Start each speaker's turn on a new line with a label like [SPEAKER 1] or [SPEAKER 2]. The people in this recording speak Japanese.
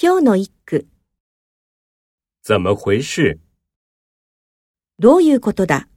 [SPEAKER 1] 今日の一句、
[SPEAKER 2] 怎么回事？
[SPEAKER 1] どういうことだ